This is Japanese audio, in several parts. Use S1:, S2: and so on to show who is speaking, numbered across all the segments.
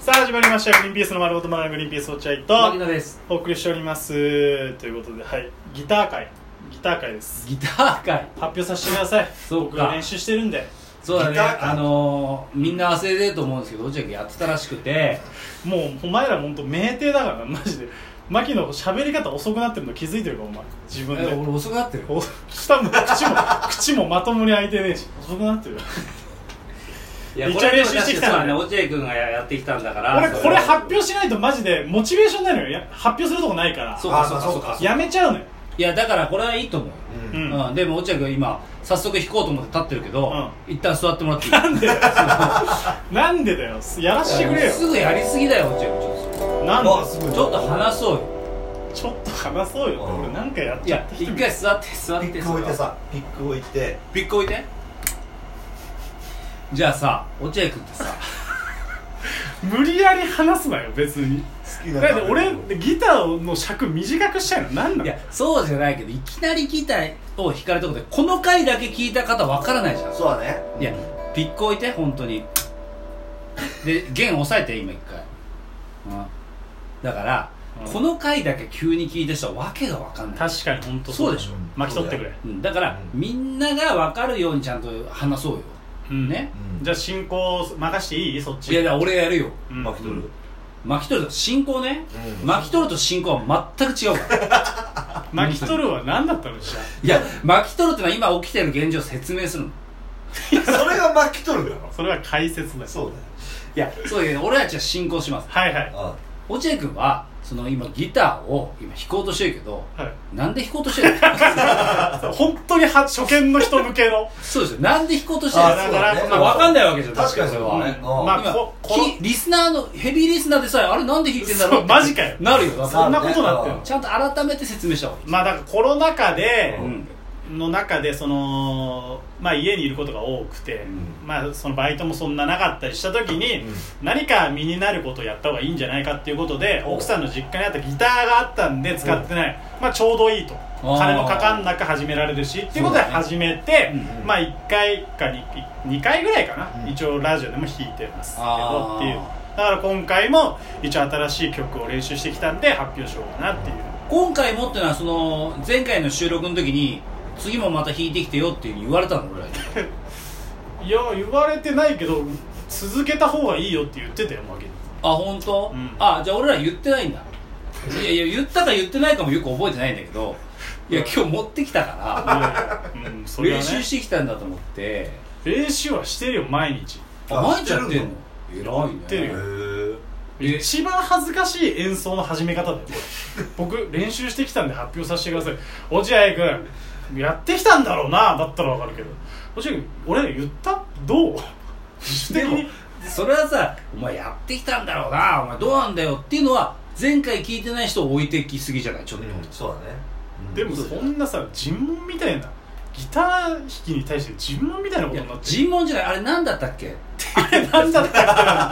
S1: さあ始まりました「グリーンピースの丸ごと学ぶグリーンピース落合」
S2: 牧
S1: と
S2: 野です
S1: お送りしておりますということではいギター会ギター会です
S2: ギター界
S1: 発表させてください
S2: そうか
S1: 僕練習してるんで
S2: そうだ
S3: ギ
S2: ね
S3: ター界
S2: あのー、みんな忘れてると思うんですけど落合君やってたらしくて
S1: もうお前ら本当名店だからなマジで牧野喋り方遅くなってるの気づいてるかお前自分で
S2: え俺遅くなってる
S1: お下も口も 口もまともに開いてねえし遅くなってる
S2: いや
S1: 一応
S2: これ
S1: 練習してきたの
S2: そうだね落合君がややってきたんだから
S1: 俺これ
S2: そを
S1: 発表しないとマジでモチベーションないのよや発表するとこないから
S2: そうか
S3: あ
S2: そうか
S3: まあ
S2: そうか
S1: やめちゃうのよ
S2: いやだからこれはいいと思う、
S1: う
S2: うんんでも落合君今早速弾こうと思って立ってるけど、一旦座ってもらっていい
S1: なんでだよなんでだよやらしてくれよ
S2: すぐやりすぎだよ落合君ちょっ
S1: なん
S3: あ
S1: です
S3: ごい
S2: とちょっと話そうよ
S1: ちょっと話そうよって俺なんかやっ
S2: い
S1: ちゃ
S2: や
S1: った
S2: 一回座って座って
S3: ピック
S2: そ
S3: 置
S2: れ
S3: い
S2: は
S3: てさピック置いて
S2: ピック置いてじゃあさ落合君ってさ
S1: 無理やり話すなよ別に
S3: 好き
S1: だ
S3: な
S1: って俺ギターの尺短くしたいの何ない の
S2: やそうじゃないけどいきなりギターを弾かれたことでこの回だけ聞いた方わからないじゃん
S3: そうだね
S2: いやピック置いて本当にで弦押さえて今一回、うん、だから、
S1: うん
S2: この回だけ急に聞いた人は訳がわかんない、
S1: 確かに本当
S2: そうでしょ
S3: うん
S1: 巻き取ってくれ、
S2: うん、だから、
S3: う
S2: みんながわかるようにちゃんと話そうよ、
S1: うん
S2: ね
S3: うん
S1: じゃあ進行任していいそっ
S2: い
S1: ち
S2: やいや俺やるよ
S1: うん
S3: 巻き取る
S2: 巻き取ると進行ね、
S3: うん
S2: 巻き取ると進行は全く違うから
S1: 巻き取るは何だったのじゃあ
S2: いや巻き取るってのは今起きてる現状を説明するの
S3: いやそれが巻き取るだろ
S1: それは解説だよ
S3: そうだよ
S2: いやそういう俺たちは進行します
S1: はいはい
S3: あ
S2: 落合君はその今ギターを今弾こうとしてるけど
S1: はい
S2: なんで弾こうとしてるの
S1: 本当には初見の人向け の
S2: そうですよなんで弾こうとしてるの
S1: あ
S3: そうだね
S1: まあ
S2: わかんないわけじゃん
S3: 確かに
S2: そ
S3: そ
S2: れ
S3: れ
S2: は
S3: は
S2: ね
S3: ね
S1: まあ
S2: 今
S1: ここ
S2: きリスナーのヘビーリスナーでさえあれなんで弾いてんだろう
S1: そうマジかよ
S2: なるよだって
S1: そんなことになってる
S2: ちゃんと改めて説明した方がいい、
S1: まあだからコロナ禍で、
S3: う
S2: うん
S1: の中でその、まあ、家にいることが多くて、
S2: う
S1: まあ、そのバイトもそんななかったりした時に、
S3: うん
S1: 何か身になることをやった方がいいんじゃないかっていうことで
S3: お
S1: 奥さんの実家にあったギターがあったんで使ってない、まあ、ちょうどいいと
S2: ー
S1: 金のかかんなく始められるしっていうことで
S2: そうだね
S1: 始めて、
S2: うん
S1: まあ、1回か 2, 2回ぐらいかな、
S3: うん
S1: 一応ラジオでも弾いてますけど
S2: あー
S1: っていうだから今回も一応新しい曲を練習してきたんで発表しようかなっていう
S2: 今回もってのはその前回の収録の時に次もまた弾いてきてよっていうふうに言われたの俺らに
S1: いや言われてないけど続けた方がいいよって言ってたよ負けに。
S2: あ本当、
S1: うん
S2: あじゃあ俺ら言ってないんだいやいや言ったか言ってないかもよく覚えてないんだけどいや今日持ってきたから
S1: うん、それは
S2: 練
S1: ね
S2: 習してきたんだと思って
S1: 練習はしてるよ毎日
S2: あ
S3: あ
S2: 毎日やってんの偉いね
S1: やってるよ
S3: ー
S2: え
S1: 一番恥ずかしい演奏の始め方だよこれ僕練習してきたんで発表させてください落合君やってきたんだろうなだったらわかるけど落合君俺ら言ったどう自主的
S2: でも
S1: に
S2: それはさお前やってきたんだろうなお前どうなんだよっていうのは前回聞いてない人を置いてきすぎじゃないちょっと、
S3: うんそうだねうん
S1: でもそんなさ尋問みたいなギター弾きに対して尋問みたいなこと
S2: いや
S1: になってる
S2: 尋問じゃないあれ何だったっけ
S1: 何だったっけ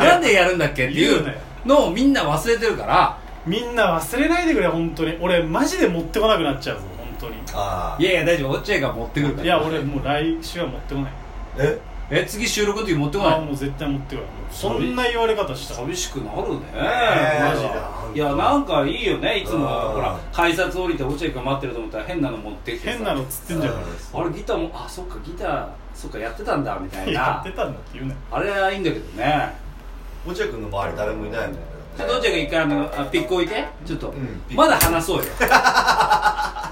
S1: な
S2: なんでやるんだっけってい
S1: 言うな
S2: う
S1: よ
S2: のをみんな忘れてるから
S1: みんな忘れないでくれ本当に俺マジで持ってこなくなっちゃうぞ本当に
S3: あ
S2: いやいや大丈夫落合が持ってくるから
S1: いや俺もう来週は持ってこない
S3: ーえ
S2: え次収録の時持ってこな
S1: あ
S2: い
S1: もう絶対持ってこないそんな言われ方した
S2: 寂しくなるね、
S3: え
S2: マジ
S3: え
S2: でいやなんかいいよねいつも
S3: うん
S2: ほら改札降りて落合君待ってると思ったら変なの持ってきてさ
S1: 変なのつってんじゃん
S2: あれギターもあそっかギターそっかやってたんだみたい
S1: や
S2: な
S1: ってたんだって言うなよ
S2: あれはいいんだけどね
S3: 落合君の周り誰もいないもんね
S2: ちょっと落合君一回あのあピック置いてちょっと、
S3: んピック
S2: まだ話そうよ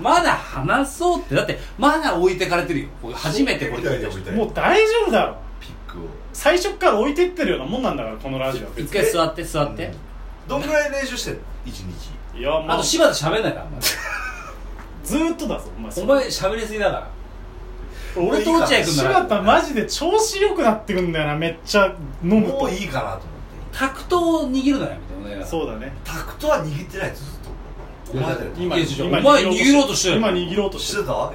S2: まだ話そうってだってまだ置いてかれてるよこれ初めてこれ聞いた人
S3: みたいな
S1: もう大丈夫だろ
S3: ピックを
S1: 最初から置いてってるようなもんなんだからこのラジオは
S2: 一回座って座って、
S3: うんどんぐらい練習してんの一日
S1: いや
S2: あ
S1: もう
S2: と柴田喋んないからお前
S1: ずーっとだぞお前
S2: お前喋りすぎだから俺と落合
S3: いい
S2: 君な
S1: 柴
S2: ら
S1: 田マジで調子良くなってくんだよなめっちゃ飲む
S3: も
S1: と
S3: ういいかなと思って
S2: タクトを握るなよみたいなね
S1: そうだね
S3: タクトは握ってないずっとお前だよ
S1: 今
S2: いやちょ
S1: 今
S2: お前握ろうとしてる
S1: 今握ろうとし
S3: して
S1: る
S3: た今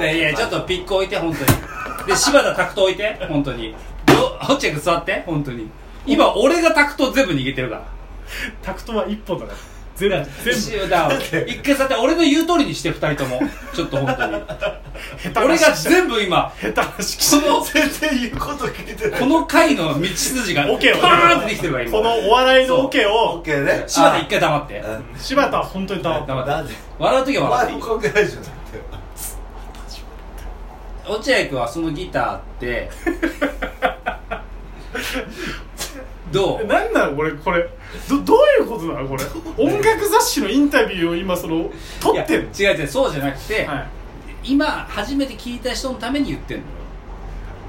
S2: でいやちょっとピック置いて本当にで柴田タクト置いて本当にど落合君座って本当に今俺がタクト全部握ってるから
S1: タクトは一本だから全部全
S2: 全部だ一回さて俺の言う通りにして二人ともちょっと本 当に
S1: 部
S2: 俺が
S1: 下手な指揮者
S2: 全部今
S1: 下手な指揮者
S2: この
S3: 全然言うこと聞いてない
S2: この回の道筋が
S1: オケを
S2: パーンってできてるわ今
S1: このお笑いのオケ
S3: オッ
S1: を
S3: ケーね
S2: 柴田一回黙って
S3: うん
S1: 柴田は本当に
S2: 黙
S1: 黙
S2: っ
S1: ってた
S3: なんで
S2: 笑う時
S3: お
S2: は笑って
S3: 前
S2: いい
S3: も関係ないじゃんだって
S2: 落合君はそのギターって どう
S1: なんなのこれこれどどういうことなのこれ音楽雑誌のインタビューを今その撮ってる
S2: いや違う違うそうじゃなくて、
S1: はい
S2: 今初めて聞いた人のために言ってんのよ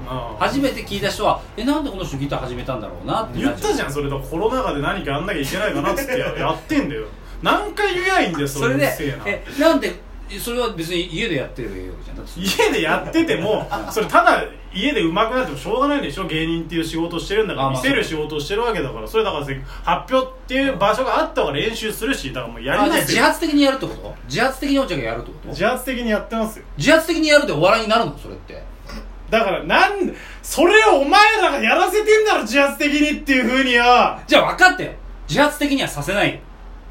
S1: ああ
S2: 初めて聞いた人はえなんでこの人ギター始めたんだろうなって
S1: 言ったじ
S2: ゃん
S1: ゃんそれとコロナ禍で何かやんなきゃいけないかなっつって ややってんだよ何回言えばいいんだよ
S2: そ
S1: そ
S2: れ
S1: れ
S2: で
S1: うっせえな
S2: えなんでそれは別に家でやってるばいいわけじゃんだって
S1: 家でやっててもそれただ家で上手くなってもしょうがないでしょ芸人っていう仕事をしてるんだか
S2: あ
S1: ら
S2: ま
S1: 見
S2: あ
S1: せる仕事をしてるわけだからそれだからせ発表っていう場所があった方が練習するしだからもうや
S2: あ
S1: り
S2: じ
S1: ま
S2: ゃあ
S1: す
S2: 自
S1: よ
S2: 発的にやるってこと自発的に落合がやるってこと
S1: 自発的にやってますよ
S2: 自発的にやるでお笑いになるのそれって
S1: だからなんそれをお前らがやらせてんだろ自発的にっていうふうには
S2: じゃあ分かったよ自発的にはさせないよ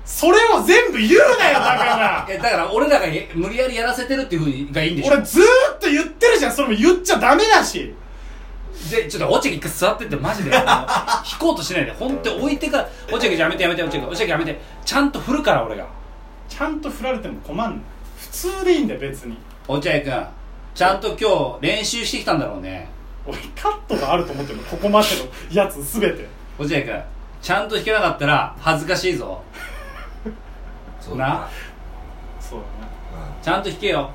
S1: それを全部言うなよだから
S2: えだから俺らがえ無理やりやらせてるっていうふうにがいいんでしょ
S1: 俺ずーっと言ってるじゃんそれも言っちゃダメだし
S2: でちょっと落合一回座ってってマジでもう 引こうとしないで本当置いてから落合やめてやめて落合落合やめてちゃんと振るから俺が
S1: ちゃんと振られても困んない普通でいいんだよ別に
S2: 落合君ちゃんと今日練習してきたんだろうね
S1: 俺カットがあると思ってるのここまでのやつ全て
S2: 落合君ちゃんと弾けなかったら恥ずかしいぞ
S3: そうう
S2: な
S1: そうだね
S2: ちゃんと弾けよ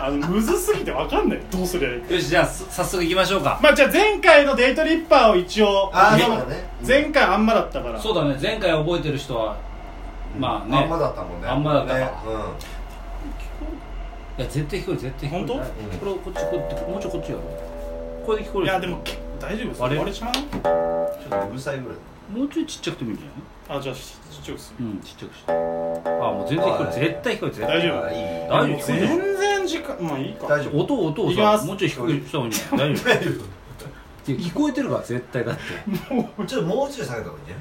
S1: あのむずすぎて分かんないどうすりゃいいか
S2: よしじゃあす早速行きましょうか
S1: まあじゃあ前回のデイトリッパーを一応
S3: あー
S1: え
S3: そうだね
S1: 前回あんまだったから
S2: そうだね前回覚えてる人はまあね
S3: あんまだったもんね
S2: あんまだったか
S3: ね
S2: いや絶対聞こえる絶対聞こえる
S1: 本
S2: これをこっちこっちもうちょいこっちよこれで聞こえる
S1: いやでも結構大丈夫です
S2: あれ
S1: 割れちまう
S3: うんちょっとうるさいぐらい
S2: もうちょいちっちゃくてもいいんじゃない
S1: あじゃあちっちゃくする
S2: うん、ちっちゃくして。あ、もう全然聞こ
S3: あ
S2: える。絶対聞こえる。絶
S1: 大
S2: 対。
S1: 丈夫
S3: あい
S2: 大
S3: い
S2: 丈夫
S1: もう全然時間まあいいか
S3: 大丈夫
S2: 音、音を
S1: いきま
S2: さ、
S1: す
S2: もうちょい低くした方がいいんじゃない大丈
S3: 丈
S2: 夫。聞こえてるから、絶対だって。
S3: 夫ちょっともうちょい下げた方がいいね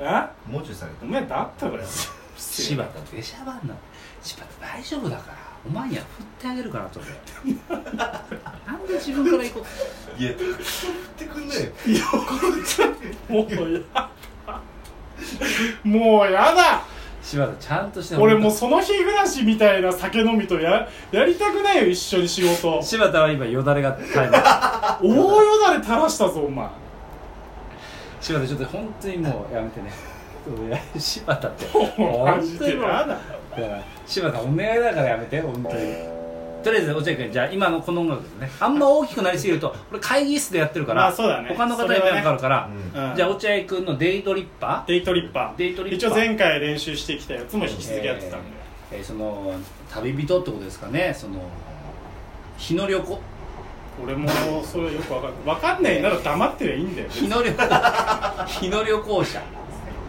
S1: え
S3: もうちょい下げ
S1: お前だったからよ
S2: 柴田、出しゃばんな。柴田、大丈夫だから。お前には振ってあげるから、と俺。なんで自分から行こう。
S3: たいや振ってくんないよ
S1: もうやだもうやだ
S2: 柴田、ちゃんとして。
S1: 俺もう。その日暮らしみたいな酒飲みとややりたくないよ一緒に仕事
S2: 柴田は今、よだれが垂れてる。
S1: 大よだれ垂らしたぞお前
S2: 柴田、ちょっと本当にもう、やめてね。いや柴田って。
S1: マ
S2: 本
S1: ジ
S2: 当に
S1: で
S2: もう
S1: やだ
S2: だから柴田お願いだからやめて本当にとりあえず落合君じゃあ今のこの音楽ですねあんま大きくなりすぎるとこれ会議室でやってるから、
S1: まあそうだね
S2: 他の方に迷惑かかるから、
S3: うん
S1: うん
S2: じゃあ落合君のデイドリッパー、
S1: デイトリッパー
S2: デイトリッパー
S1: 一応前回練習してきたやつも引き続きやってたんで、
S2: えーその旅人ってことですかねその日の旅行
S1: 俺もそれよくわかんないわかんないなら黙ってりゃいいんだよ
S2: 日の旅 行日の旅行者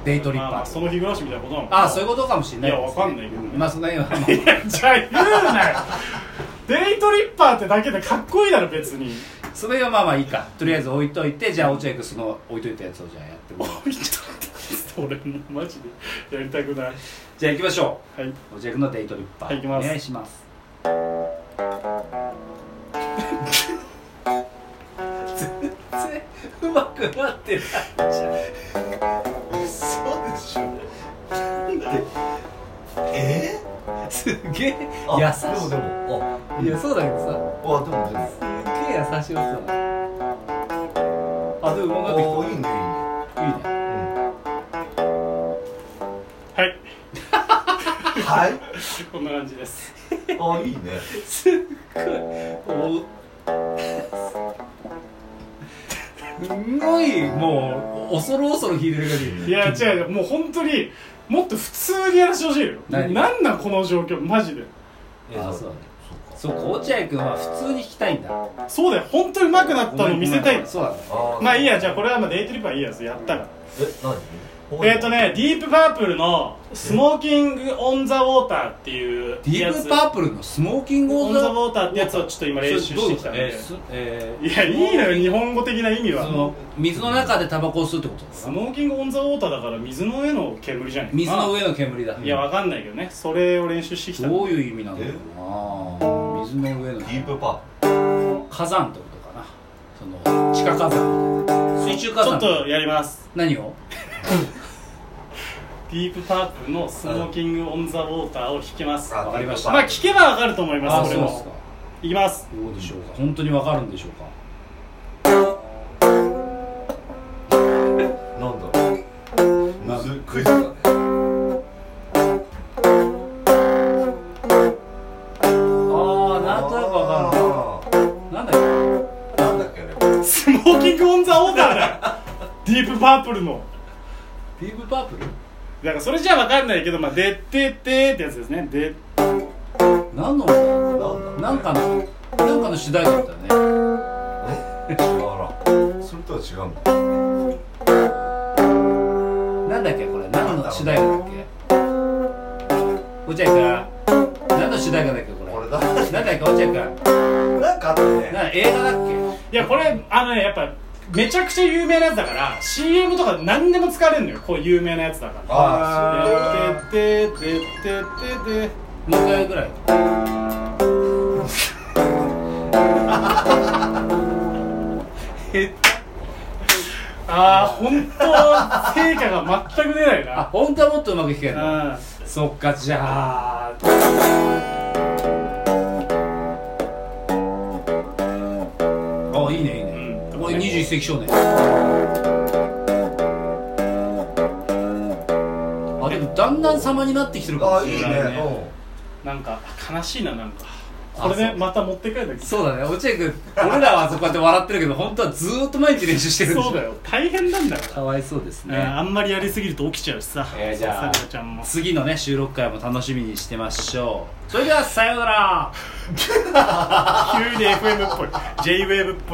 S2: デイトリッ
S1: まあま
S2: パ
S1: あ
S2: ー
S1: その日暮らしみたいなことなのかな
S2: ああそういうことかもしれない
S1: いやわかんないけどね
S2: まあそんなにはまあ
S1: いやじゃあ言うなよデイトリッパーってだけでかっこいいだろ別に
S2: それはまあまあいいかとりあえず置いといてじゃあ落合君その置いといたやつをじゃあやってもらおう
S1: 置いといた俺もうマジでやりたくない
S2: じゃあ行きましょう
S1: はい
S2: おじゃくのデイトリッパー、
S1: はい行きます
S2: お願いします全然うまくなってないじゃん
S3: そうでしょえ
S2: すげえ
S3: あ
S2: 優
S3: でもで
S2: し
S3: も
S2: いいやそうだけどさ
S3: ああでもでも
S2: すげえ優しいさあでもうまくなってき
S3: おいいねいいね
S2: たいいね
S1: はい
S3: うんはい
S1: こんな感じです
S3: あいいね
S2: すっごいおすごいもう恐る恐る弾いてる限り
S1: いや違う違うもう本当にもっと普通にやらせてほしいよ
S2: 何
S1: なんなんこの状況マジで
S2: あそうだね
S3: そう
S2: そう
S3: か
S2: か落合君は普通に弾きたいんだ
S1: そうだよ本当にうまくなったの見せたい
S2: そうだね
S3: あー
S1: まあいいやじゃあこれはまあデイトリップはいいやつやったら
S3: え何
S1: えっ、とねディープパープルの「スモーキング・オン・ザ・ウォーター」っていう
S2: ディ
S1: や
S2: ー
S1: つ
S2: プパープルのスモーキング
S1: オ
S2: オ
S1: ン・
S2: ン
S1: ザ・
S2: ザ
S1: ウォーターってやつをちょっと今練習してきたんで
S2: えーすえー
S1: いやいいのよ日本語的な意味は
S2: その水の中でタバコを吸うってこと
S1: ス
S2: だな
S1: モーキング・オン・ザ・ウォーターだから水の上の煙じゃない
S2: 水の上の煙だ
S1: いやわかんないけどねそれを練習してきたんで
S2: どういう意味なんだろうな水の上の
S3: ディープパ
S2: 火山ってことかなその地下火山水中
S1: ちょ
S2: 火山
S1: っとやります
S2: 何を
S1: ディープパープルの「スモーキング・オン・ザ・ウォーター」を弾きます
S3: ー
S1: ま
S2: わかりました
S1: あ聞けばわかると思い
S2: あ
S1: ま
S2: あ
S1: す
S2: そ
S1: こ
S2: う
S1: れ
S2: ですか
S1: もいきます
S2: どうでしょうか本当にわかるんでしょうか
S3: なんだろうむずクイズだね
S2: ああなんとなくわかるなんだっけ
S3: るなんだっけあれ
S1: スモーキング・オン・ザ・ウォーターだ よディープパープルの
S2: ディープパープル
S1: だからそれじゃわかんないけどまあでってってってやつですねで
S2: 何の音
S3: なんだ
S2: なんかのなんかの主題歌だったよね
S3: え違うなそれとは違うんだ
S2: なんだっけこれ何の主題歌だっけ落合君何の主題歌だっけこれ
S3: これだ
S2: なんだっけ落合君
S3: なんかあったね
S2: なんか映画だっけ
S1: いやこれあのねやっぱめちゃくちゃ有名なやつだから CM とか何でも使われるのよこう有名なやつだから
S3: ああ
S1: でってってってってって
S2: もう一回ぐらい
S1: ああ本当成果が全く出ない
S2: あ
S1: な
S2: 本当はもっとうまく弾けるの
S1: あ
S2: そっかじゃあ
S1: あ
S2: あいいねいいね、
S1: うん
S2: これ21世紀少年あでもだんだん様になってきてるか
S3: あ
S2: も
S3: あ
S2: し
S3: いい
S2: れ
S3: ね
S2: ない
S1: なんか悲しいななんか
S2: あ
S1: これ
S2: そ
S1: ね
S2: う
S1: また持って帰るだけ
S2: そうだね落合君俺らはそこやって笑ってるけど本当はずーっと毎日練習してるんでしょ
S1: そうだよ大変なんだか
S2: かわいそうです
S1: ら、
S2: ね、
S1: ね、あんまりやりすぎると起きちゃうしさ、
S2: えーじゃあ
S1: さくらちゃんも
S2: 次のね収録回も楽しみにしてましょ うそれではさようなら
S1: 急に FM っぽい JWAVE っぽい